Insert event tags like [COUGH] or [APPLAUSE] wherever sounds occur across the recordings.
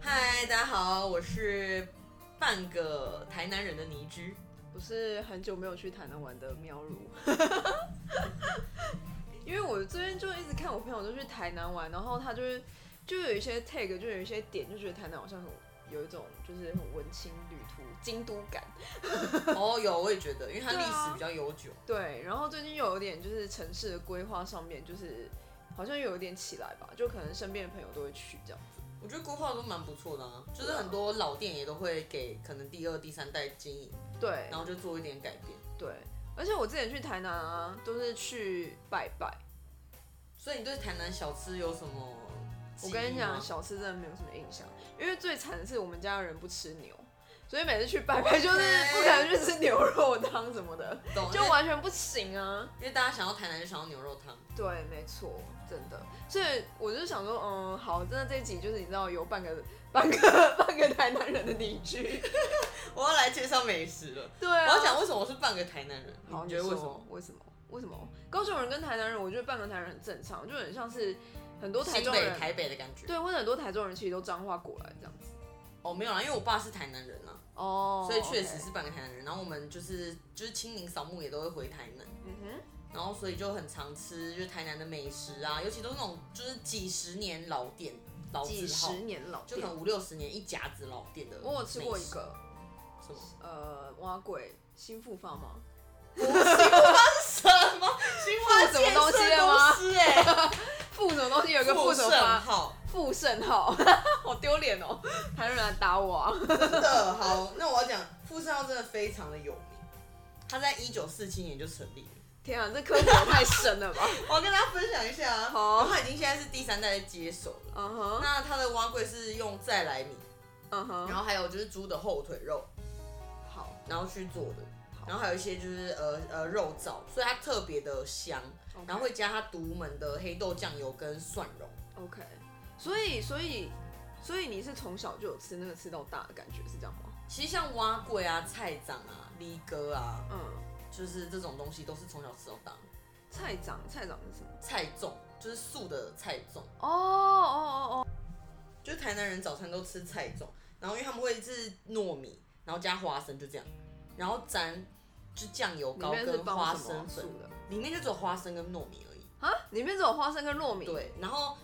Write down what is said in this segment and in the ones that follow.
嗨，大家好，我是半个台南人的泥 [LAUGHS] 居。我是很久没有去台南玩的喵如， [LAUGHS] 因为我这边就一直看我朋友都去台南玩，然后他就是就有一些 tag，就有一些点，就觉得台南好像很有一种就是很文青旅途京都感。哦，有，我也觉得，因为它对历啊史比较悠久。对，然后最近又有点就是城市的规划上面就是好像又有点起来吧，就可能身边的朋友都会去这样。我觉得规划都蛮不错的啊，就是很多老店也都会给可能第二、第三代经营，对然后就做一点改变。对，而且我之前去台南啊，都是去拜拜。所以你对台南小吃有什么？我跟你讲，，小吃真的没有什么印象，因为最惨的是我们家人不吃牛，所以每次去拜拜就是 OK 不可能去吃牛肉汤什么的，懂就完全不行啊。因为大家想到台南就想到牛肉汤，对，没错，真的。所以我就想说，嗯，好，真的这一集就是你知道有半个半个半个台南人的理据。我要来介绍美食了。对啊，我要讲为什么我是半个台南人，好，你觉你得为什说么？？为什么？为什么？高雄人跟台南人，我觉得半个台南人很正常，就很像是很多台新中北、人，台北的感觉。对，或者很多台中人其实都彰化过来这样子。哦，没有啦，因为我爸是台南人啊，哦，所以确实 OK 是半个台南人。然后我们就是就是清明扫墓也都会回台南，嗯哼。然后所以就很常吃就是台南的美食啊，尤其都是那种就是几十年老店老几字十号，年老就店可。能五六十年一甲子老店的。我有吃过一，个，什 [LAUGHS] 么？呃，蛙鬼新复发吗？什么？新复什么东西了吗？是哎，复什么东西？有一个复什么盛发？号，复盛号， [LAUGHS] 好丢脸哦！还有人来打我啊！真的好。那我要讲富盛号真的非常的有名，它在一九四七年就成立了。天啊，这科普也太深了吧！我要跟大家分享一下啊，好然后它已经现在是第三代在接手了。嗯哼，那它的蛙桂是用再来米，嗯然哼，后还有就是猪的后腿肉，好，然后去做的好，然后还有一些就是呃呃肉燥，所以它特别的香，然后会加它独门的黑豆酱油跟蒜蓉。 OK，所以所以所以你是从小就有吃那个吃到大的感觉是这样吗？其实像蛙桂啊、菜长啊、梨哥啊，嗯，就是这种东西都是从小吃到大的。菜长菜长是什么？菜粽就是素的菜粽，哦哦哦哦，就是台南人早餐都吃菜粽，然后因为他们会是糯米，然后加花生就这样，然后沾就酱油里膏面是跟包花什么啊生素粉，的里面就只有花生跟糯米而已。啊？里面只有花生跟糯米，对，然后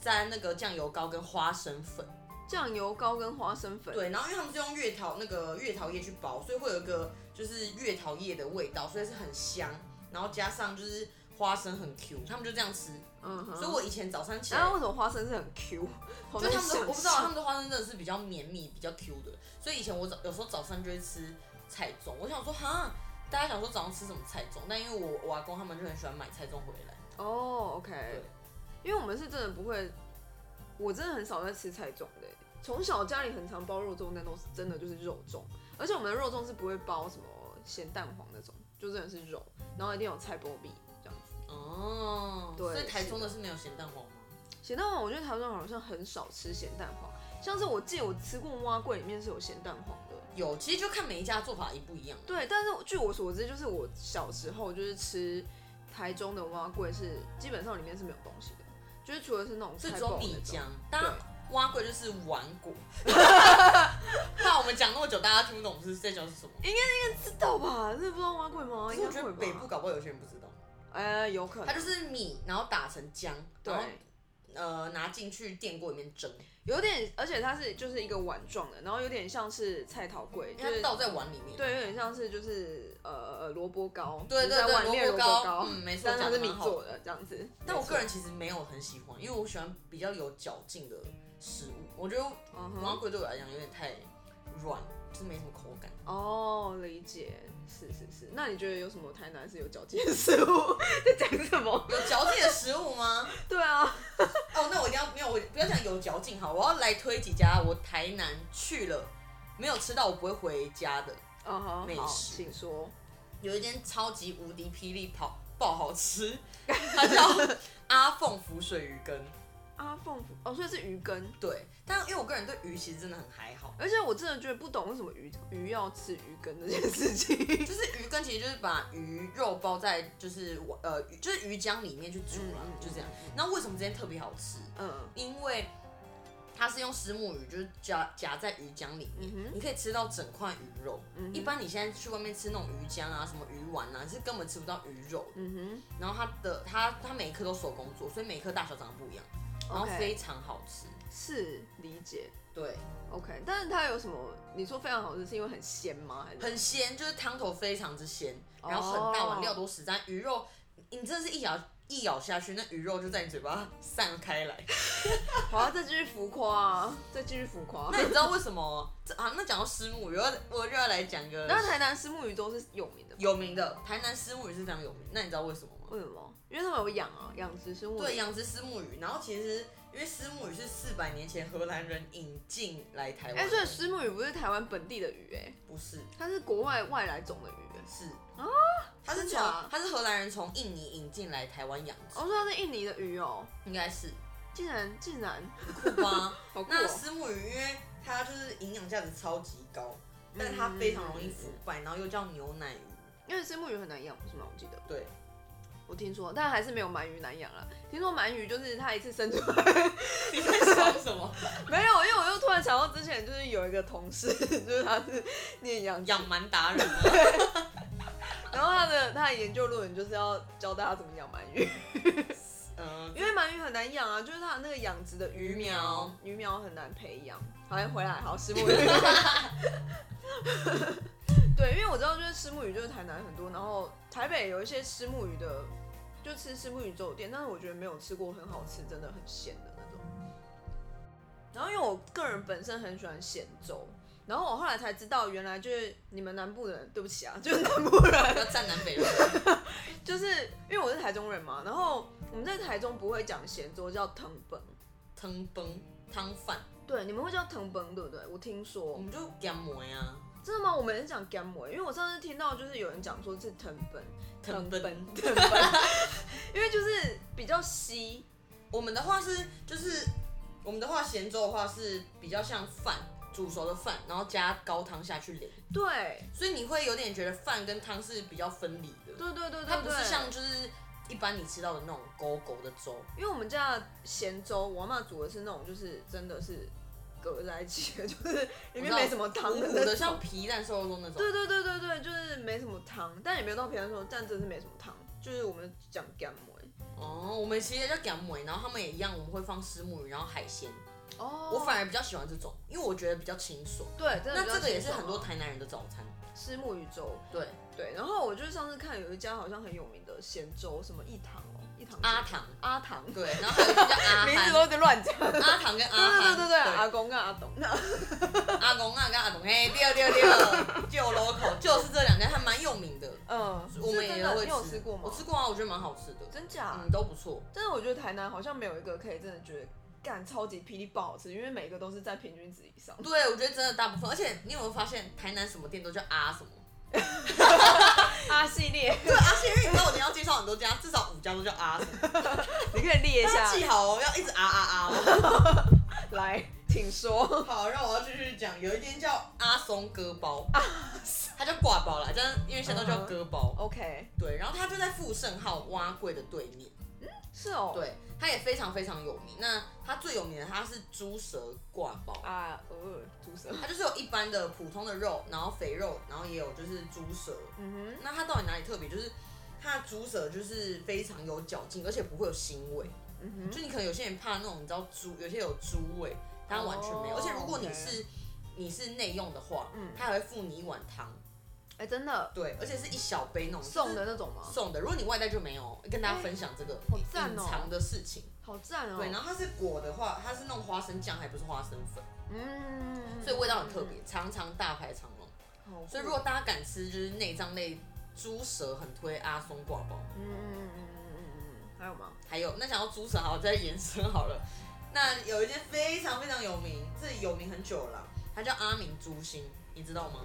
沾那个酱油膏跟花生粉。酱油膏跟花生粉。对，然后因为他们是用月桃那个月桃叶去包，所以会有一个就是月桃叶的味道，所以是很香，然后加上就是花生很 Q，他们就这样吃。嗯哼，所以我以前早餐起来然后为什么花生是很 [LAUGHS] Q？就就他们的啊我不知道他们的花生真的是比较绵密、比较 Q 的，所以以前我早有时候早上就会吃菜粽。我想说哈，大家想说早上吃什么菜粽，但因为我我阿公他们就很喜欢买菜粽回来，哦，OK、对 o k 因为我们是真的不会，我真的很少在吃菜粽的欸。从小家里很常包肉粽，但都是真的就是肉粽，而且我们的肉粽是不会包什么咸蛋黄那种，就真的是肉，然后一定有菜包米这样子。哦，对所以台中是的是没有咸蛋黄吗？咸蛋黄，我觉得台湾好像很少吃咸蛋黄，像是我记得我吃过蛙柜里面是有咸蛋黄的，有，其实就看每一家做法一不一样。对，但是据我所知，就是我小时候就是吃台中的蛙柜是基本上里面是没有东西的，就是除了是那种是菜只有包米那种浆，大家蛙龟就是丸 [LAUGHS] 果。那我们讲那么久，大家听不懂我们是在讲什么？知道吧？这不知道蛙柜吗？可哎应是我该觉会得吧北部搞不好有些人不知道，哎，有可它哦能就是米，然后打成浆，然对后，呃拿进去电锅里面蒸，有点，而且它是就是一个碗状的，然后有点像是菜头柜，因就为它是倒在碗里面。对，有点像是就是呃呃萝卜糕，对就是对在碗里面对，萝的萝卜糕糕，，嗯，没错，但是它讲是的米蛮好做的。的这样子。但我没错个人，其实没有很喜欢，因为我喜欢比较有嚼劲的食物。我觉得嗯蛙哼，龟对我来讲有点太软，就是没什么口感。哦，理解，是是是。那你觉得有什么台南是有嚼劲的食物？ [LAUGHS] 在讲什么？有嚼劲的食物吗？对啊，哦，那我一定要没有，我不要讲有嚼劲好，我要来推几家我台南去了没有吃到，我不会回家的。嗯哼，美好，食请说。有一间超级无敌霹雳跑爆好吃，它叫阿凤浮水鱼羹。阿凤福哦，所以是鱼羹，对，但因为我个人对鱼其实真的很还好，而且我真的觉得不懂为什么鱼鱼要吃鱼羹这件事情。就是鱼羹其实就是把鱼肉包在就是我呃鱼 [LAUGHS] 就是鱼浆里面去煮啦，嗯嗯就这样。那为什么这间特别好吃？嗯因为它是用石目鱼，就是夹夹在鱼浆里面，嗯哼你可以吃到整块鱼肉。嗯一哼，般你现在去外面吃那种鱼浆啊、什么鱼丸啊，是根本吃不到鱼肉。嗯然后它的它它每一颗都手工做，所以每一颗大小长得不一样，然后 OK 非常好吃。哼，是理解对， ，OK。但是它有什么？你说非常好吃，是因为很鲜吗？还是很鲜，就是汤头非常之鲜，哦然后很大碗，料都实在，鱼肉你真的是一咬一咬下去，那鱼肉就在你嘴巴散开来。 [LAUGHS] 好、啊，再继续浮夸啊，再继续浮夸。那你知道为什么？这啊，那讲到石目鱼，我又我又要来讲个那台南石目鱼粥是有名的吗，有名的台南石目鱼是非常有名，那你知道为什么吗？为什么？因为他们有养啊，养殖生物。对，，养殖石目鱼，然后其实因为石目鱼是四百年前荷兰人引进来台湾，哎、所以石目鱼不是台湾本地的鱼、哎，不是它是国外外来种的鱼、哎。是啊，它是真从假啊它是荷兰人从印尼引进来台湾养殖，哦，所以它是印尼的鱼哦、应该是竟然竟然，酷吧？好酷、那哦丝木鱼，因为它就是营养价值超级高，但它非常容易腐败，然后又叫牛奶鱼。因为石目鱼很难养，是吗？我记得对，我听说，但还是没有鳗鱼难养啦。听说鳗鱼就是它一次生出来， [LAUGHS] 你在说什么？没有，因为我又突然想到之前就是有一个同事， [LAUGHS] 就是他是念养殖， [LAUGHS] 养蛮达人吗？然后他的他的研究论文就是要教大家怎么养鳗鱼，嗯、因为鳗鱼很难养啊，就是它的那个养殖的鱼苗，鱼苗很难培养。好，回来，好，石目鱼。 [LAUGHS] 对，因为我知道，就是石目鱼就是台南很多，然后台北有一些石目鱼的，就吃石目鱼粥店，但是我觉得没有吃过很好吃，真的很咸的那种。然后因为我个人本身很喜欢咸粥，然后我后来才知道，原来就是你们南部的人，对不起啊， [LAUGHS] 就是南部人，要站南北人。就是因为我是台中人嘛，然后我们在台中不会讲咸粥，叫藤本。汤崩汤饭，对，你们会叫藤本对不对？我听我说，们就啊干馍呀，真的吗？我们也是讲干欸馍，因为我上次听到就是有人讲说是藤本，藤本本， [LAUGHS] 藤本，因为就是比较稀，我们的话是就是我们的话咸粥的话是比较像饭。煮熟的饭，然后加高汤下去淋，对，所以你会有点觉得饭跟汤是比较分离的，对对对对对，它不是像就是一般你吃到的那种勾勾的粥，因为我们家的咸粥，我妈煮的是那种就是真的是隔在一起的，就是里面没什么汤糊的糊那的种。像皮蛋瘦肉粥那种。对对对对对，就是没什么汤，但也没有到平常说，但真的是没什么汤，就是我们讲干欸馍。哦，我们其实也叫港美，然后他们也一样，我们会放石母鱼，然后海鲜。哦我反而比较喜欢这种，因为我觉得比较清爽。对，真的那比较这个也是清爽很多啊台南人的早餐。虱目鱼粥。对，对，然后我就是上次看有一家好像很有名的咸粥，什么一堂哦，一堂阿糖，阿堂，对，然后还有一个叫 [LAUGHS] 阿名字憨，都有点乱讲。对阿糖跟阿 [LAUGHS] 对对憨，对对，阿公跟阿董，那阿公啊跟阿董，嘿，对对对，就 local 就是这两家，还蛮有名的。嗯，我们是真也的会你有吃过吗？我吃过啊，我觉得蛮好吃的，真假嗯，？都不错。但是我觉得台南好像没有一个可以真的觉得干超级霹雳爆好吃，因为每一个都是在平均值以上。对，我觉得真的大部分，而且你有没有发现台南什么店都叫阿什么？阿系 [LAUGHS] 列，对， [LAUGHS] 阿信，因为你知道我今天要介绍很多家，至少五家都叫阿什么。你可以列一大下家记好哦，要一直啊啊啊哦。来，请说。好，让我要继续讲，有一间叫阿松割包，它叫挂包啦，但是因为现在嗯都叫割包。 OK，对，然后它就在富盛号蛙柜的对面，是哦。。对，它也非常非常有名。那它最有名的它是猪舌挂包，啊，呃，猪舌。它就是有一般的普通的肉，然后肥肉，然后也有就是猪舌。嗯那它到底哪里特别？就是它的猪舌就是非常有嚼劲，而且不会有腥味。哼，嗯哼。就你可能有些人怕那种，你知道猪，有些有猪味，它完全没有。哦而且如果你 OK 是你是内用的话，嗯它还会附你一碗汤，哎、真的对，而且是一小杯那种送的那种吗就是？送的。如果你外带就没有，跟大家分享这个好隐赞哦藏的事情。好赞哦、对，然后它是裹的话，它是弄花生酱，还不是花生粉，嗯，所以味道很特别，常常大排长龙。好酷。所以如果大家敢吃，就是内脏类猪舌，很推阿松挂包。嗯嗯嗯嗯嗯嗯嗯，还有吗？还有那想要猪舌，好，我再延伸好了。那有一间非常非常有名，这有名很久了啦，它叫阿明猪心，你知道吗？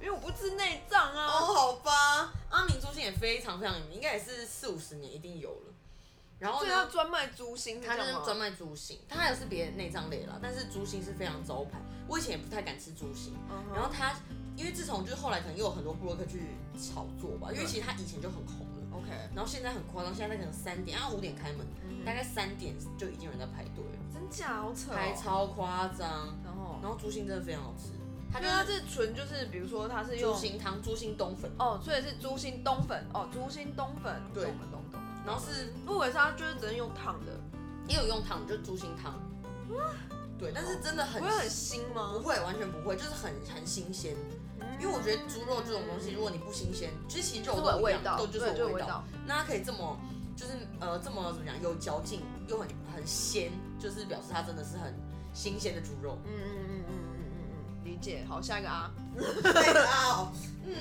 因为我不吃内脏哦，啊。好吧，阿明猪心也非常非常有名，应该也是四五十年一定有了。然后所以他呢，专卖猪心是这它就是样吗？专卖猪心，它还有是别的内脏类啦，但是猪心是非常招牌。我以前也不太敢吃猪心，嗯哼然后它因为自从就是后来可能又有很多布洛克去炒作吧，因为其实它以前就很红了。 OK， OK，然后现在很夸张，现在可能三点啊五点开门，大概三点就已经有人在排队了，真假好扯、哦。排超夸张。然后，然后猪心真的非常好吃，它因为它就是纯就是，比如说它是用猪心汤、猪心冬粉，哦，所以是猪心冬粉哦，猪心冬粉，对懂了懂了懂了。然后是我以为是它就是只能用烫的，也有用汤，就是猪心汤。对，但是真的很不会很腥吗不？会，完全不会，就是很很新鲜。因为我觉得猪肉这种东西，如果你不新鲜，其实其实肉是都有一味样，道，都就是就有味道。道。那它可以这么，就是呃这么怎么讲，有嚼劲又很很鲜，就是表示它真的是很新鲜的猪肉。嗯嗯嗯嗯嗯嗯嗯，理解。好，下一个啊。嗯，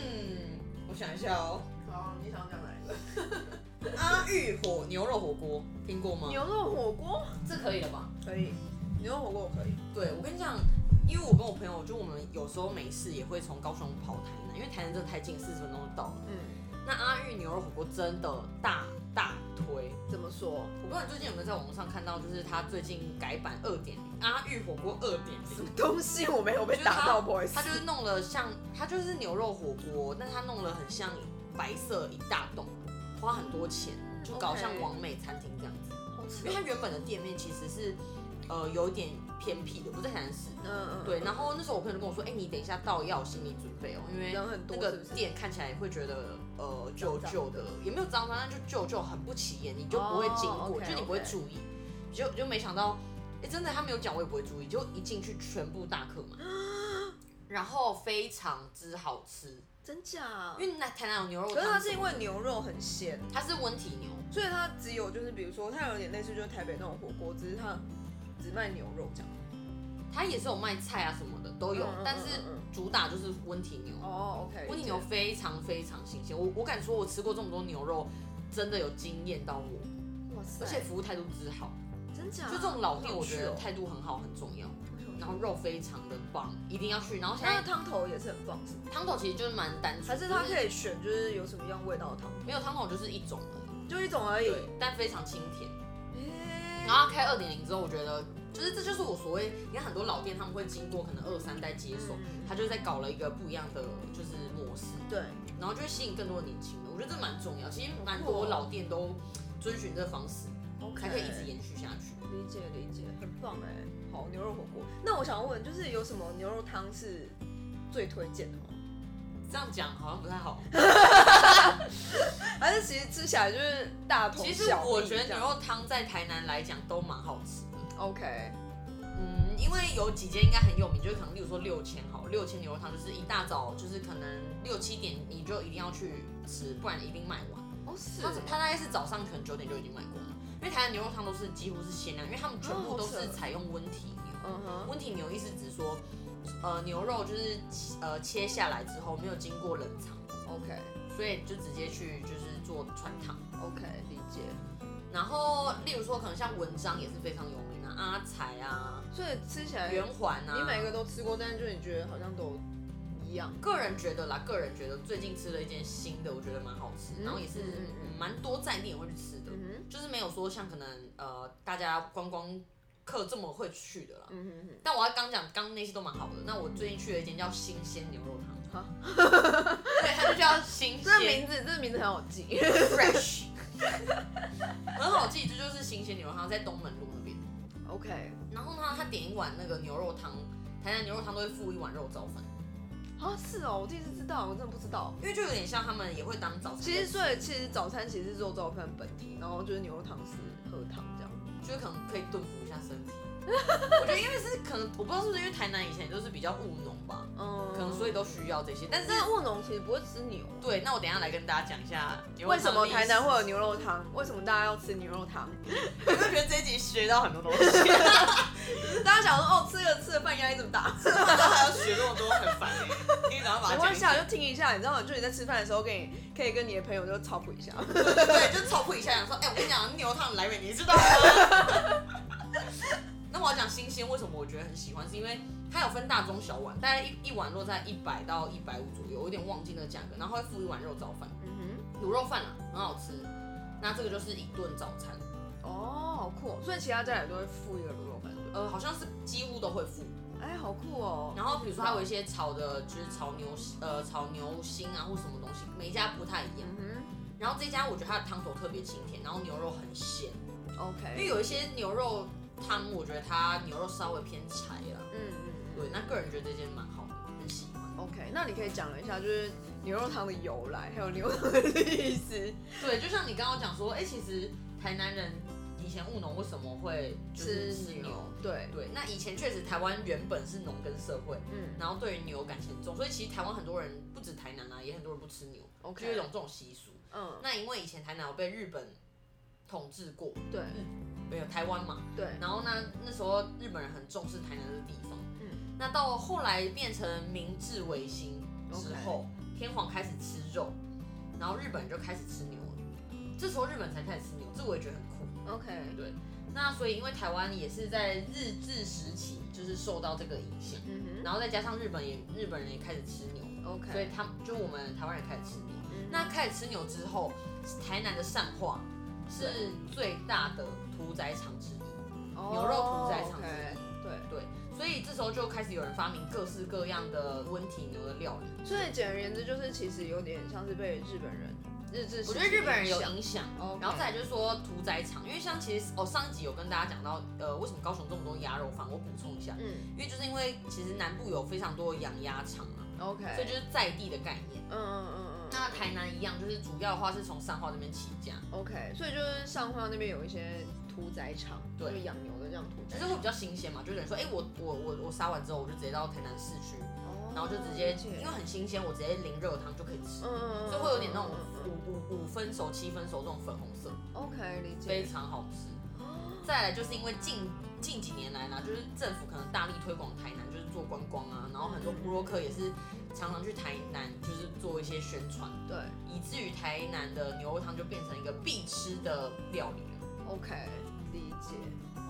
我想一下哦，好，你想讲哪一个？阿玉火牛肉火锅听过吗？牛肉火锅这可以了吧？可以，牛肉火锅我可以。对，我跟你讲，因为我跟我朋友，就我们有时候没事也会从高雄跑台南，因为台南真的太近，四十分钟就到了。嗯，那阿玉牛肉火锅真的大大推，怎么说？我不知道你最近有没有在网络上看到，就是他最近改版二点零阿玉火锅二点零。东西我没有被就是打它到，不好意思。它就是弄了像，它就是牛肉火锅，但它弄了很像白色一大栋，花很多钱，就搞 OK 像完美餐厅这样子。好吃因为它原本的店面其实是，呃，有点偏僻的，不在台南市。嗯嗯，对，然后那时候我朋友就跟我说，哎、你等一下到要有心理准备哦，因为人很那多，个是不是？店看起来会觉得呃旧脏旧的，也没有脏脏，但就旧旧很不起眼，你就不会经哦过， ，OK，就你不会 OK 注意，就就没想到，哎、真的他没有讲，我也不会注意，就一进去全部大客 [GASPS] 满，然后非常之好吃，真假？因为那台南有牛肉可汤是什么的，它是因为牛肉很鲜，它是温体牛，所以它只有就是比如说它有点类似就是台北那种火锅，只是它只卖牛肉这样。它也是有卖菜啊什么的都有，嗯嗯嗯但是嗯嗯主打就是温体牛，哦，OK，温体牛非常非常新鲜，我我敢说我吃过这么多牛肉，真的有惊艳到我，哇塞，而且服务态度之好。真假？就这种老店，我觉得好有趣态度很好哦很重要，哦然后肉非常的棒，一定要去。然后现那在个汤头也是很棒，是吗汤头其实就是蛮单纯，还是它就可以选就是有什么样味道的汤头，没有汤头就是一种而已，就一种而已。对，但非常清甜。诶然后开二点零之后，我觉得就是这就是我所谓，你看很多老店他们会经过可能二三代接手嗯，他就在搞了一个不一样的就是模式，对，然后就会吸引更多的年轻人，我觉得这蛮重要。其实蛮好酷多哦老店都遵循这个方式，才可以一直 OK 延续下去。理解理解，很棒哎、好，牛肉火锅。那我想要问，就是有什么牛肉汤是最推荐的吗？这样讲好像不太好。还是其实吃起来就是大同其小异实我觉得这牛样肉汤在台南来讲都蛮好吃的。 OK，嗯，因为有几间应该很有名，就是可能例如说六千好了，六千牛肉汤就是一大早就是可能六七点你就一定要去吃，不然一定卖完。哦是它是它大概是早上可能九点就已经卖光了，因为台南牛肉汤都是几乎是鲜量，因为他们全部都哦好是扯采用温体牛。嗯哼，温体牛意思指说，呃，牛肉就是呃切下来之后没有经过冷藏， ，OK 所以就直接去就是做穿烫。 OK，理解。然后，例如说，可能像文章也是非常有名啊，阿财啊，所以吃起来，圆环啊。你每个都吃过，但是就你觉得好像都一样。个人觉得啦，个人觉得最近吃了一间新的，我觉得蛮好吃，嗯然后也是嗯嗯嗯嗯蛮多站店也会去吃的，嗯就是没有说像可能呃大家观光客这么会去的啦。哼，嗯哼哼，但我要刚讲，刚刚那些都蛮好的。那我最近去了一间叫新鲜牛肉汤好， [LAUGHS] 对，它就叫 [LAUGHS] 新这鲜名字这名字很好记。 [LAUGHS] fresh，很好记，这就是新鲜牛肉汤，在东门路那边。 OK，然后呢，他点一碗那个牛肉汤，台南牛肉汤都会附一碗肉燥饭，啊是哦，我第一次知道，我真的不知道。因为就有点像他们也会当早餐在吃，其实所以其实早餐其实是肉燥饭本体，然后就是牛肉汤是喝汤这样。就是可能可以顿服一下身体。 [LAUGHS] 我觉得因为是可能，我不知道是不是因为台南以前就是比较务农吧，嗯，可能所以都需要这些。但是但务农其实不会吃牛。对，那我等一下来跟大家讲一下牛肉为汤什么台南会有的 [LAUGHS] 牛肉汤？为什么大家要吃牛肉汤？历史？我就觉得这一集学到很多东西， [LAUGHS] 大家想说哦，吃了吃了饭压力这么大，然后还要学那么多，很烦哎、欸。因为然后把它没关系讲啊，一就听一下，你知道吗，就你在吃饭的时候，跟你可以跟你的朋友就操谱一下。讲对，就凑谱一下，讲说，哎、我跟你讲牛肉汤的来源，你知道吗？ [LAUGHS] 那我要讲新鲜，为什么我觉得很喜欢，是因为它有分大、中、小碗，大概一一碗落在一百到一百五左右，我有点忘记那个价格，然后会附一碗肉燥饭。嗯卤肉饭啊，很好吃。那这个就是一顿早餐，哼， [LAUGHS] 哦，好酷、哦，所以其他家长都会附一个卤肉饭。对不对呃，好像是几乎都会附。哎，好酷哦。然后比如说它有一些炒的，就是炒牛，呃，炒牛心啊或什么东西，每一家不太一样。嗯哼，然后这家我觉得它的汤头特别清甜，然后牛肉很鲜，因为 OK，有一些牛肉汤，我觉得它牛肉稍微偏柴啊了。嗯嗯嗯对，那个人觉得这间蛮好的，很喜欢。 ，OK，那你可以讲一下就是牛肉汤的由来，还有牛肉汤的历史。对，就像你刚刚讲说，哎、其实台南人以前务农为什么会就是吃牛？，对，对，那以前确实台湾原本是农耕社会，嗯然后对于牛感情很重，所以其实台湾很多人不止台南啊，也很多人不吃牛，就有一，OK，种这种习俗。嗯，那因为以前台南有被日本统治过，对没有台湾嘛，对，然后呢，那时候日本人很重视台南这个地方。嗯那到后来变成明治维新之后天皇开始吃肉，然后日本人就开始吃牛了。这时候日本才开始吃牛，这我也觉得很酷。 ，OK，那所以因为台湾也是在日治时期就是受到这个影响，嗯然后再加上日本也日本人也开始吃牛，哼所以，OK，他们就我们台湾人开始吃牛。嗯那开始吃牛之后，台南的善化是最大的屠宰场之一。牛肉屠宰场哦，OK，对。对，所以这时候就开始有人发明各式各样的温体牛的料理。所以简而言之，就是其实有点像是被日本人、日治时期我觉得日本人有影响，影响， OK 然后再来就是说屠宰场，因为像其实哦上一集有跟大家讲到，呃，为什么高雄这么多鸭肉饭，我补充一下，嗯因为就是因为其实南部有非常多的养鸭场啊， ，OK，所以就是在地的概念。嗯嗯嗯嗯那台南一样，就是主要的话是从三化那边起家， ，OK，所以就是上花那边有一些屠宰场，就对是养牛的这样屠只宰是会比较新鲜嘛，就等于说，哎、我我我我杀完之后，我就直接到台南市区，哦然后就直接，了解因为很新鲜，我直接淋热汤就可以吃嗯，嗯嗯，所以会有点那种嗯嗯嗯五五五分熟、七分熟这种粉红色，嗯 OK 理非解，常好吃。哦再来就是因为近近几年来啦，就是政府可能大力推广台南，就是做观光啊，然后很嗯多部落客也是常常去台南，就是做一些宣传，对以至于台南的牛肉汤就变成一个必吃的料理 [LAUGHS] 了。 ，OK 理解，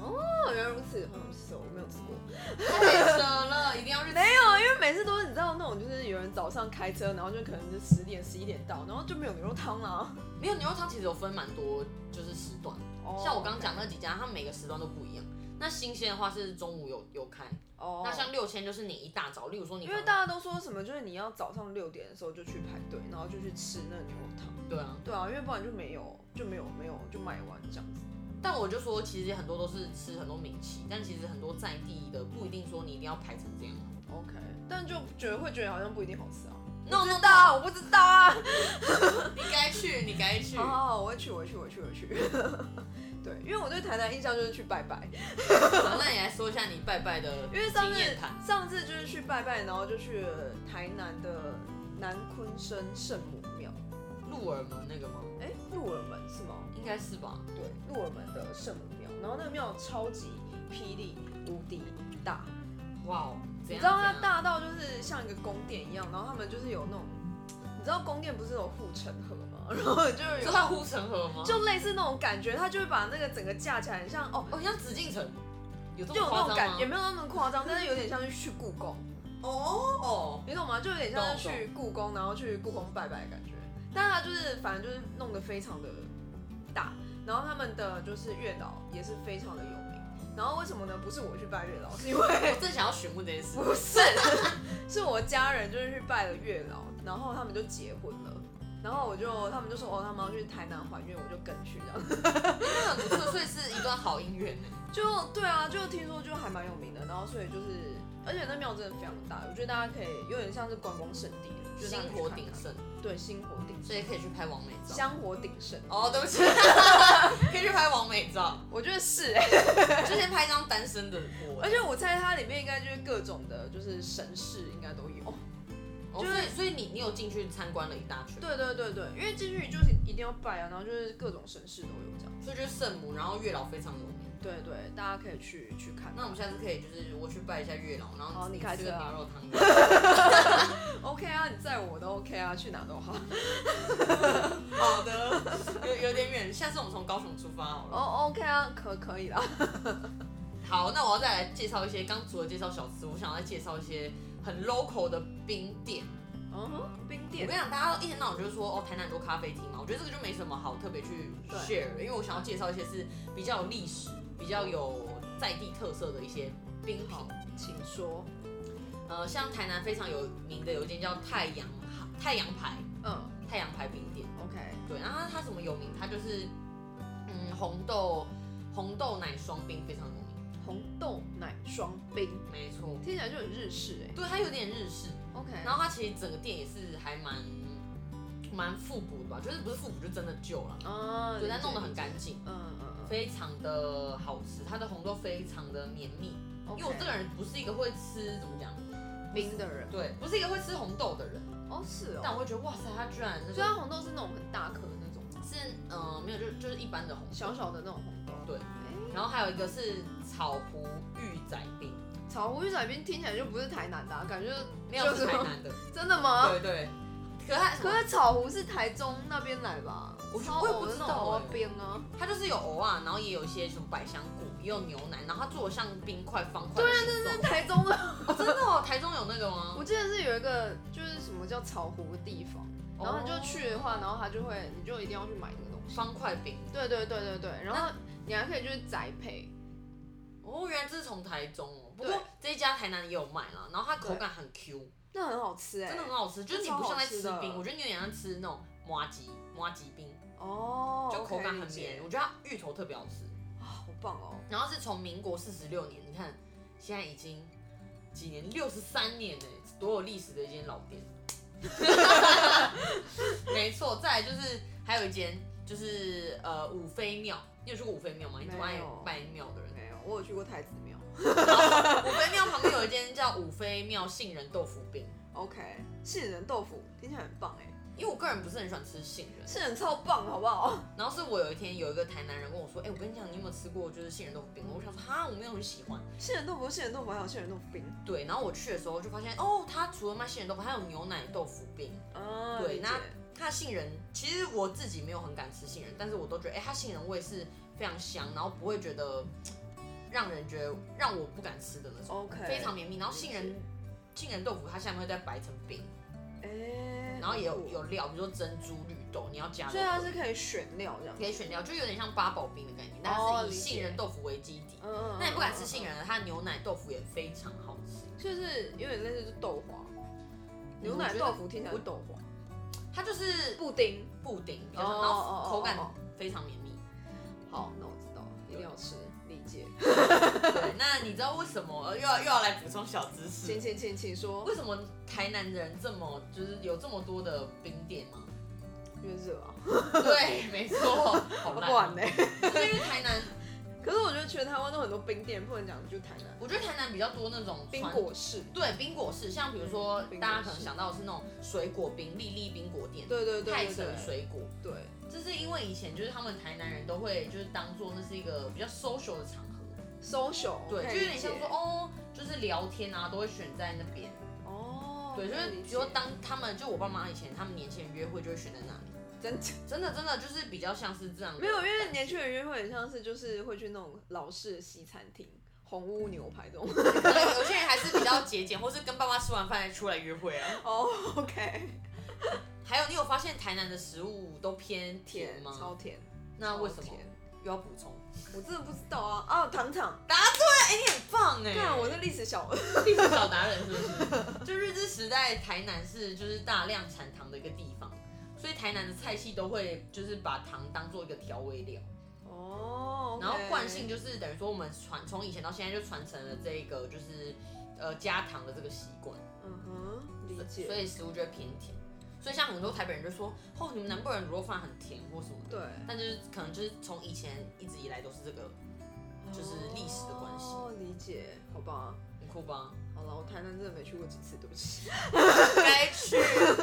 哦，原来如此，很好吃哦，我没有吃过。太扯了，一定要去吃。没有，因为每次都是你知道那种，就是有人早上开车，然后就可能就十点十一点到，然后就没有牛肉汤啦。没有牛肉汤其实有分蛮多，就是时段，哦像我刚刚讲那几家，它每个时段都不一样。那新鲜的话是中午有有开，哦，那像六千就是你一大早，例如说你因可为能大家都说什么，就是你要早上六点的时候就去排队，然后就去吃那个牛肉汤。对啊，对啊，因为不然就没有就没有没有就卖完这样子。但我就说，其实很多都是吃很多名气，但其实很多在地的不一定说你一定要排成这样。啊 OK，但就觉得会觉得好像不一定好吃 [LAUGHS] 啊。 No 不 No 知道， No，我不知道啊。 [LAUGHS] 你该去，你该去 [LAUGHS] 好好好，我会去，我会去，我会去，我会去。对，因为我对台南印象就是去拜拜，好那你来说一下你拜拜的因为上经次验谈。上次就是去拜拜，然后就去了台南的南昆生圣母庙，鹿耳门那个吗？哎、鹿耳门是吗？应该是吧。对，鹿耳门的圣母庙，然后那个庙超级霹雳无敌大，哇哦，怎你样知道怎它样大到就是像一个宫殿一样，然后他们就是有那种，你知道宫殿不是有护城河吗？ [LAUGHS] 然后就是你知有道护城河吗？就类似那种感觉，它就会把那个整个架起来，很像哦，哦，像紫禁城，有这就么有那夸种张感吗觉，也？没有那么夸张，但是有点像是去故宫，哦你懂吗？就有点像是懂去故宫，然后去故宫拜拜的感觉。但是它就是反正就是弄得非常的大，然后他们的就是月老也是非常的有名。然后为什么呢？不是我去拜月老，是因 [LAUGHS] 为我正想要询问这件事。不是，是我家人就是去拜了月老，然后他们就结婚了，然后我就他们就说哦，他们要去台南还愿，我就跟去这样。 [LAUGHS] 真的很不错，所以是一段好姻缘呢。就对啊，就听说就还蛮有名的，然后所以就是，而且那庙真的非常大，我觉得大家可以有点像是观光圣地，就是星大家可以去火看看鼎，盛，对，星火鼎所以可以去拍完美照。香火鼎盛，哦，对不起，可以去拍完美照。我觉得是哎、就先拍一张单身的我而，且我猜它里面应该就是各种的，就是神事应该都有。哦、所以所以你你有进去参观了一大圈，，对对对对，因为进去就是一定要拜啊，然后就是各种神事都有这样。所以就是圣母，然后月老非常有名。对对，大家可以去去看。那我们下次可以就是我去拜一下月老，然后好你吃开个车啊牛肉汤。 OK 啊，你载我都 OK 啊，去哪都好。好的，有有点远，下次我们从高雄出发好了。哦、o k 啊，可可以啦。好，那我要再来介绍一些，刚除了介绍小吃，我想要再介绍一些很 local 的冰店。嗯哼，冰我店跟你讲，大家都一天到晚就是说哦，台南很多咖啡厅嘛，我觉得这个就没什么好特别去对 share，的因为我想要介绍一些是比较有历史、比较有在地特色的一些冰品。好，请说。呃，像台南非常有名的有一间叫太阳太阳牌嗯，太阳牌冰店。 OK，对，然后它它怎么有名？它就是嗯红豆红豆奶霜冰非常有名，红豆奶霜冰，没错。听起来就很日式哎、对，它有点日式， OK，然后它其实整个店也是还蛮蛮复古的吧，就是不是复古，就真的旧了，啊，对，但理解弄得很干净，嗯嗯嗯非常的好吃，它的红豆非常的绵密。 ，OK，因为我这个人不是一个会吃怎么讲，冰的人对，不是一个会吃红豆的人，哦是哦，但我会觉得哇塞，它居然那虽然个红豆是那种很大颗的那种，是嗯没有，就就是一般的红豆。小小的那种红豆，对哎，然后还有一个是草湖玉仔冰，草湖鱼仔冰听起来就不是台南的、啊，感觉没有就是是台南的， [LAUGHS] 真的吗？对对。可它可是草湖是台中那边来吧？我超我也偶不的知那道种哎冰啊，它就是有藕啊，然后也有一些什么百香果，也有牛奶，然后它做的像冰块方块的形状。是台中的。哦真的哦，台中有那个吗？我记得是有一个就是什么叫草湖的地方，哦然后你就去的话，然后他就会，你就一定要去买这个东西。方块饼。对对对对对，然后你还可以就是宅配，哦，原来这是从台中哦。不过对这一家台南也有卖啦，然后它口感很 Q，那很好吃哎、真的很好吃，欸就是你超不好像在吃吃的冰，我觉得你有点像吃那种麻吉麻吉冰，哦，就口感 OK，很理解绵，我觉得它芋头特别好吃。啊，好棒哦。然后是从民国四十六年，你看现在已经几年，六十三年呢，多有历史的一间老店。 [LAUGHS] 没错，再来就是还有一间就是呃五妃庙，你有去过五妃庙吗？你怎么没爱有拜庙的人？没有，我有去过太子庙。五妃庙旁边有一间叫五妃庙杏仁豆腐饼， OK，杏仁豆腐听起来很棒哎、因为我个人不是很喜欢吃杏仁，杏仁超棒，好不好？然后是我有一天有一个台南人跟我说，哎、我跟你讲，你有没有吃过就是杏仁豆腐饼？我想说哈，我没有很喜欢。杏仁豆腐、杏仁豆腐还有杏仁豆腐冰。对，然后我去的时候就发现，哦，它除了卖杏仁豆腐，还有牛奶豆腐饼。啊，嗯对理解那它的杏仁，其实我自己没有很敢吃杏仁，但是我都觉得，哎、它杏仁味是非常香，然后不会觉得让人觉得让我不敢吃的那种 OK，非常绵密。然后杏理仁解杏仁豆腐它下面会再摆成饼，哎、然后也有好酷哦有料，比如说珍珠、绿豆，你要加都可所以以，它是可以选料这样子。可以选料，就有点像八宝冰的概念，但哦它是以理解杏仁豆腐为基底。嗯嗯那你不敢吃杏仁，仁，它的牛奶豆腐也非常好吃。就是有点类似就豆花，牛奶豆腐听起来是豆花，它就是布丁。布丁，比较哦长然哦后哦口感哦非常绵密。好，那我知道了，一定要吃，嗯理解。对，那你知道为什么呃又要又要来补充小知识请？请请请说， [LAUGHS] 为什么台南人这么就是有这么多的冰店吗？ [LAUGHS] 因为热啊，对，没错，好 [LAUGHS] 不烂然哦。呢？就是因为台南，可是我觉得全台湾都很多冰店，不能讲就台南我觉得台南比较多那种冰传。果室，对，冰果是像比如说嗯冰果大家可能室想到的是那种水果冰、粒粒冰果店、对对对泰对城对水果，对，这是因为以前就是他们台南人都会就是当做那是一个比较 social 的场合， social 对，可就以有点理像解说哦，就是聊天啊，都会选在那边。哦，对，就可以是理比如说解当他们就我爸妈以前他们年轻人约会就会选在那里，真假真的真的就是比较像是这样的感没觉。有，因为年轻人约会很像是就是会去那种老式的西餐厅，红屋牛 [LAUGHS] 排这种。对有些人还是比较节俭，或是跟爸妈吃完饭才出来约会啊。哦，OK，还有，你有发现台南的食物都偏甜吗？超甜。那为什超么甜又要补充？我真的不知道啊啊！糖糖，哎、你很棒哎、看我是历史小 [LAUGHS] 儿，历史小达人是不是？ [LAUGHS] 就日治时代，台南是就是大量产糖的一个地方，所以台南的菜系都会就是把糖当做一个调味料，哦然后惯性就是等于说我们传从以前到现在就传承了这个就是呃加糖的这个习惯，嗯哼，理解。所以食物就会偏甜。所以像很多台北人就说，哦，你们南部人卤肉饭很甜或什么的，对，但就是可能就是从以前一直以来都是这个，就是历史的关系哦，理解，好吧。很酷吧？ [LAUGHS] 好了，我台南真的没去过几次，对不起。该去。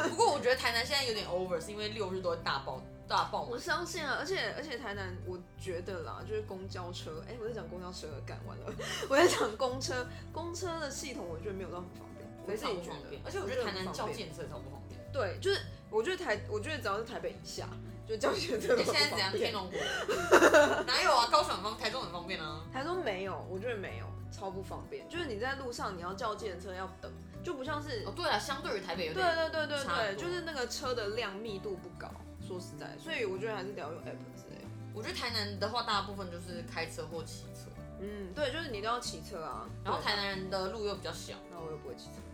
不过我觉得台南现在有点 over，是因为六日都会大爆大爆我满。相信啊，而且而且台南，我觉得啦，就是公交车，哎、我在讲公交车，干完了，我在讲公车，公车的系统我觉得没有到很方便，我非自己常不觉方得便，，而且我觉得台南教叫建车超不方 [LAUGHS] 便。对，就是我觉得台，我觉得只要是台北以下，就教学车哎现都不在怎方样？天便。龙国 [LAUGHS] 哪有啊？高雄很方，台中很方便啊。 [LAUGHS] 台中没有，我觉得没有，超不方便。就是你在路上你要叫计程车要等，就不像是，哦，对了，相对于台啊北有对点。对对对差不多对，就是那个车的量密度不高，说实在，所以我觉得还是得要用 app 之类的。我觉得台南的话，大部分就是开车或骑车，嗯，对，就是你都要骑车啊，然后对，台南人的路又比较小，那我又不会骑车，啊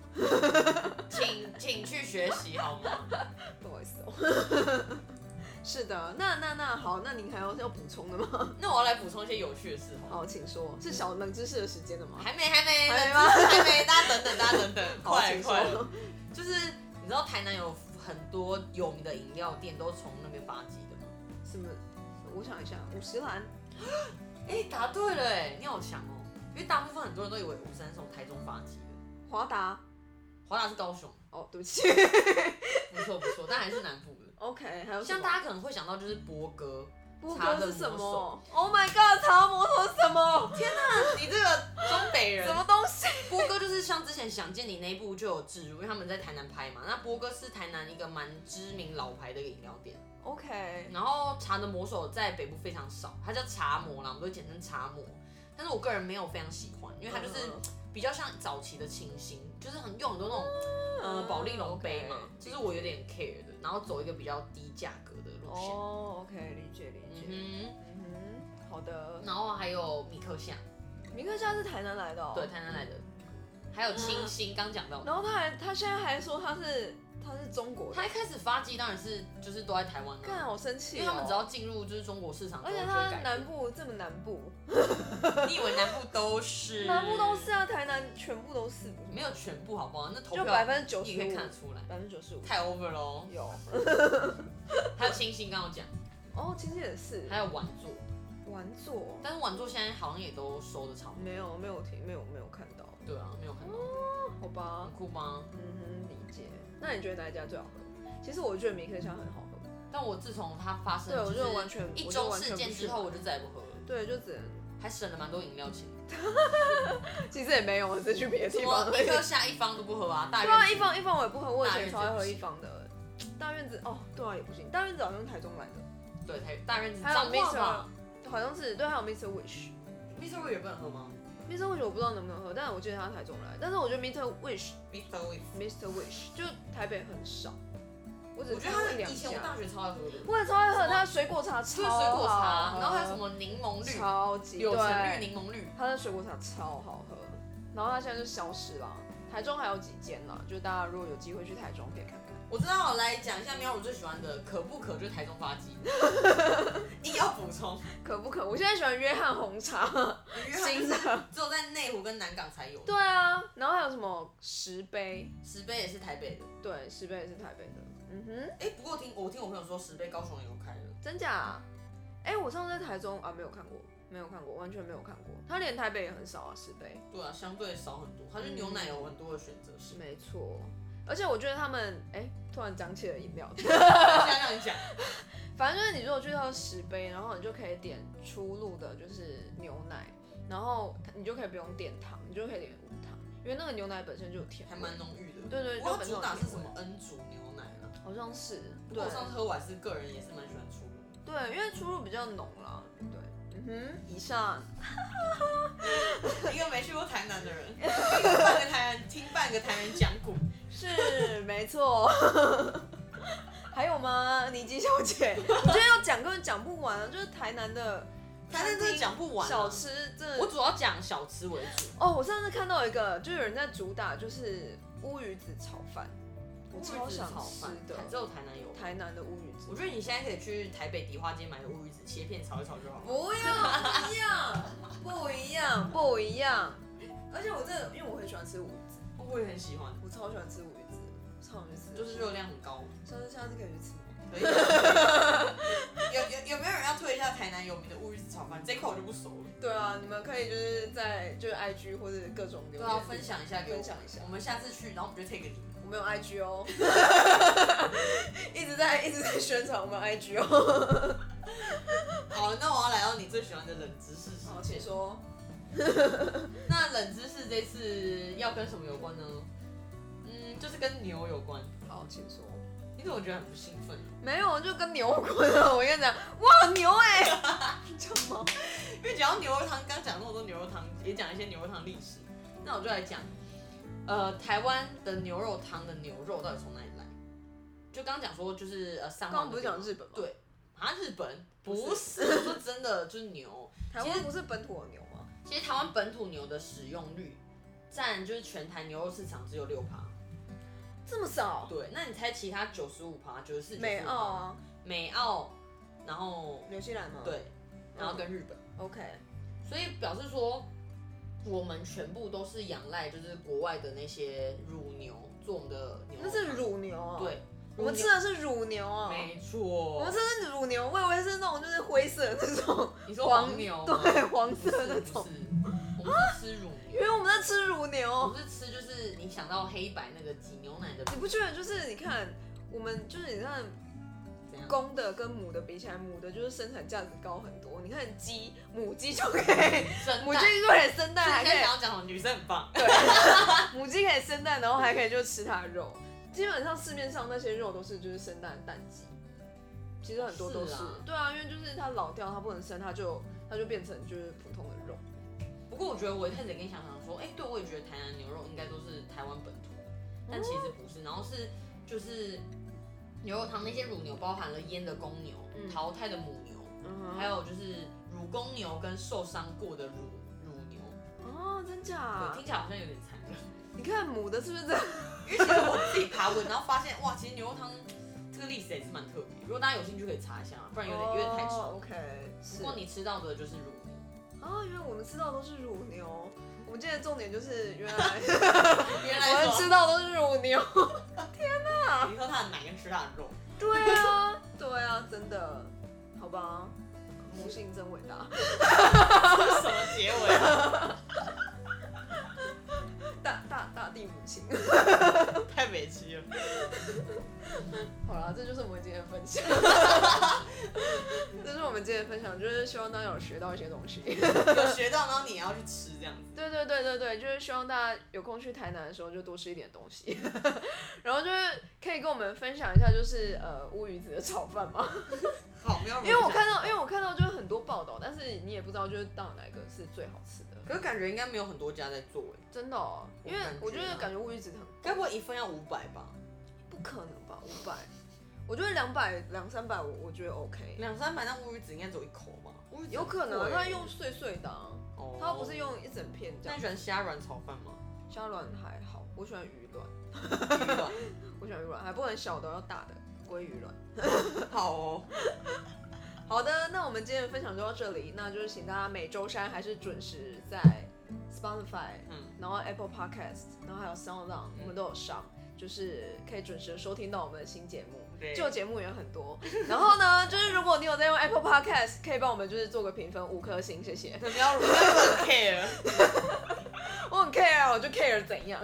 请请去学习好吗？不好意思哦。 [LAUGHS] 是的，那那那好，那您还有要补充的吗？ [LAUGHS] [LAUGHS] 那我要来补充一些有趣的事哦。好，请说，是小冷知识的时间了吗？还没，还没，还没冷知识还没，大家等等，大家等等， [LAUGHS] 好，快请快，说。就是你知道台南有很多有名的饮料店都从那边发迹的吗？ [LAUGHS] 什么？我想一下，五十岚哎、答对了哎，你好强哦！因为大部分很多人都以为五三是从台中发迹的，华达。华达是高雄，哦，对不起。 [LAUGHS] 不错不错，但还是南部的。 OK，还有像家大家可能会想到就是博哥，波茶哥的是什魔手么？Oh my god，茶魔头是什 [LAUGHS] 么？你这个东北人什，么东西？波哥就是像之前《想见你》那一部就有植入，因为他们在台南拍嘛。那波哥是台南一个蛮知名老牌的一个饮料店， OK，然后茶的魔手在北部非常少，它叫茶魔啦，我们都简称茶魔。但是我个人没有非常喜欢，因为它嗯就是比较像早期的清新，就是很用很多那种呃保利龙杯嘛 OK，就是我有点 care 的，然后走一个比较低价格的路线。哦，OK，理解理解。嗯嗯哼，好的哼，。然后还有米克夏，明克夏是台南来的哦。对，。台南来的，还有清新，刚讲到的。然后他还，他现在还说他是他是中国人，他一开始发迹当然是就是都在台湾干啊，好生气、因哦。为他们只要进入就是中国市场之而后就且会他改变，南部这么南部，你以为南部都是？南部都是啊，台南全部都是，没有全部好不好？那投就票百分之九你十也可以五看，得出来，百分之九十五太 over 喽。有。还有清新刚刚有讲，哦，其实也是还有晚座，玩座，但是晚座现在好像也都收的差不多。没有没有听，没有没有看到，对啊，没有看到，好吧很，酷吗？嗯哼，理解。那你觉得哪一家最好喝？其实我觉得米克夏很好喝，但我自从它发生对我就嗯就是完全一我就周完全事件不之去后，我就再也不喝了，对，就只能。还省了蛮多饮料 [LAUGHS] 钱。其实也没有，我只是去别的地方我而已一。颗下一方都不喝啊，大对啊，院一方一方我也不喝，我以大前院子超爱不喝一行方的。大院子哦，对啊也不行，大院子好像是台中来的，对台大院子还有彰化嘛好像是对，还有 Mr. Wish。 ，Mr. Wu 也不能喝吗 Mr. Wish 我不知道能不能喝，但是我记得他台中来，但是我觉得 Mr. Wish ？Mr. Wu Mr. Wish 就台北很少，我只我是觉得看他过一的两以前我家大。学超爱喝的，我也超爱喝他的水果茶，就超是水果好茶，喝然后还有什么柠檬绿、超级柳橙对绿、柠檬绿，他的水果茶超好喝，然后他现在就消失了。台中还有几间呢，就大家如果有机会去台中可以看看。我知道，我来讲一下喵我最喜欢的可不可，就是台中发 [LAUGHS] 鸡，硬要补充，可不可？我现在喜欢约翰红茶，新新的的。只有在内湖跟南港才有，对啊，然后还有什么石碑？石碑也是台北的，对，石碑也是台北的。嗯哼，哎、不过我听我听我朋友说石碑高雄也有开了，真假、哎、我上次在台中啊，没有看过，没有看过，完全没有看过。他连台北也很少啊，石碑。对啊，相对少很多，它就牛奶有很多的选择 [LAUGHS] 性，没错，而且我觉得他们，哎、突然讲起了饮料。现在让你讲， [LAUGHS] 反正就是你如果去到十杯，然后你就可以点出路的，就是牛奶，然后你就可以不用点糖，你就可以点无糖，因为那个牛奶本身就有甜味。还蛮浓郁的，对对我要就本主身打有是甜什么恩主牛奶啊，好像是不过对我上次喝我还是个人也是蛮喜欢出的。对，因为出入比较浓啦。对，嗯哼，以上 [LAUGHS] 一个没去过台南的人， [LAUGHS] 听半个台南，听半个台南讲古。是没错。 [LAUGHS] 还有吗，尼基小姐？我觉得要讲根本讲不完啊， [LAUGHS] 就是台南的 [LAUGHS] 台南真的讲不完、啊小，吃，真的我主要讲小吃为主。哦，我上次看到一个，就有人在主打就是乌鱼子炒饭，我超想炒吃饭的。只有台南有。台南的乌鱼子我，觉得你现在可以去台北迪化街买个乌鱼子切片炒一炒就好了。不要一样，不一样，不一样。而且我真的，因为我很喜欢吃乌鱼子，我也很喜欢，我超喜欢吃乌鱼子，超想去吃。就是热量很高。下次下次可以去吃 [LAUGHS] 吗？可以。啊有有有没有人要推一下台南有名的乌鱼子炒饭？这一块我就不熟了。对啊，你们可以就是在就是 IG 或者各种留对言啊，分。享一下给我，分享一下我们下次去，然后我们就 take 你。我们有 IG 哦，一直在一直在宣传我们 IG 哦。好，那我要来到你最喜欢的冷知识时好，间请。说。那冷知识这次要跟什么有关呢？嗯，就是跟牛有关。好，请说。你怎么觉得很不兴奋？没有，就跟牛滚啊！我跟你讲，哇，牛哎、 [LAUGHS] 叫什么？因为讲到牛肉汤，刚讲那么多牛肉汤，也讲一些牛肉汤历史。那我就来讲，呃，台湾的牛肉汤的牛肉到底从哪里来？就刚讲说，就是呃，上刚刚不是讲日本吗？对，啊，日本不是，我说真的就是牛。台湾不是本土的牛吗？其实台湾本土牛的使用率占就是全台牛肉市场只有六趴，这么么少？对，那你猜其他九十五趴、九十四、美澳、啊，美澳，然后纽西兰吗？嗯对，然后跟日本， ，OK，所以表示说我们全部都是仰赖就是国外的那些乳牛做我们的牛肉汤，那是乳牛啊、，对，我们吃的是乳牛啊、乳牛没错，我们吃的是乳牛，我以为是那种就是灰色的这种，你说黄牛吗对黄不色是的那不种啊是，，我们是吃乳因牛，为我们在吃乳我牛，哦们是吃就是你想到黑白那个挤牛奶的你不觉得就是你看我们就是你看怎样？公的跟母的比起来，母的就是生产价值高很多，你看鸡母鸡就可 [LAUGHS] 以，生母蛋鸡。就可以生蛋，还你可以想要讲什么？女生很棒，母鸡可以生蛋，然后还可以就吃它的肉。基本上市面上那些肉都是就是生蛋的蛋鸡，其实很多都是。是啊对啊，因为就是它老掉，它不能生，它就它就变成就是普通的肉。不过我觉得我一开始跟你想想说，哎、对我也觉得台南牛肉应该都是台湾本土的，但其实不是，然后是就是牛肉汤那些乳牛包含了阉的公牛、嗯淘汰的母牛，嗯还有就是乳公牛跟受伤过的乳乳牛，哦，真假对，？听起来好像有点残忍。你看母的是不是真的？因为其实我自己爬文，然后发现哇，其实牛肉汤这个历史也是蛮特别，如果大家有兴趣可以查一下，啊不然有点有点太哦长。 OK，是不过你吃到的就是乳牛。啊，原来我们吃到都是乳牛。我们今天的重点就是 [LAUGHS] 原来原我们吃到都是乳牛。你喝它的奶跟吃它的肉， [LAUGHS] 对啊， [LAUGHS] 对啊，真的，好吧，母性真伟大。这 [LAUGHS] 是什么结尾啊？大大大地母亲。太委屈了。 [LAUGHS] 好啦，这就是我们今天的分享。 [LAUGHS] 这是我们今天的分享，就是希望大家有学到一些东西。 [LAUGHS] 有学到，然后你也要去吃这样子。对对对对对，就是希望大家有空去台南的时候就多吃一点东西， [LAUGHS] 然后就是可以跟我们分享一下，就是呃乌鱼子的炒饭嘛。好，没有。因为我看，到，因为我看到就是很多报道，但是你也不知道就是到底哪一个是最好吃的，可是感觉应该没有很多家在做哎，真的、哦。因为我我感觉觉啊得感觉乌鱼子很该不会一份要五百吧？不可能吧，五百，我觉得两百两三百我我觉得 OK，两三百，那乌鱼子应该只有一口吧？乌鱼子有可能啊很贵他用碎碎的、啊。哦它又不是。用一整片这那样你。喜欢虾软炒饭 [LAUGHS] 吗？虾卵还好，我喜欢鱼卵，鱼 [LAUGHS] 我喜欢鱼卵，还不能小的，要大的鲑鱼卵。卵好 [LAUGHS] 哦，好的，那我们今天的分享就到这里，那就是请大家每周三还是准时在 Spotify，嗯，然后 Apple Podcast，然后还有 Sound On，我们都有上，就是可以准时地收听到我们的新节目。对旧节目也很多，然后呢， [LAUGHS] 就是如果你有在用 Apple Podcast，可以帮我们就是做个评分，五颗星，谢谢。 [LAUGHS] 不要不要很 care。我很 care，我就 care 怎样。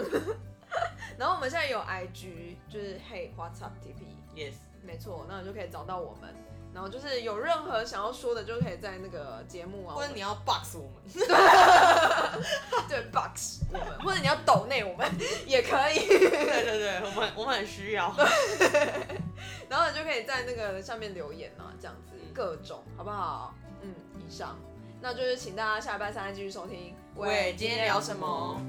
[LAUGHS] 然后我们现在有 IG，就是 Hey What's Up TP， Yes，没错，那你就可以找到我们。然后就是有任何想要说的，就可以在那个节目啊，或者你要 box 我 [LAUGHS] 们，我们对 box 我们，或者你要抖内我们也可以。对对对，我们我们很需要。然后你就可以在那个下面留言啊，这样子嗯各种好不好？嗯，以上，那就是请大家下礼拜三继续收听。喂，今天聊什么？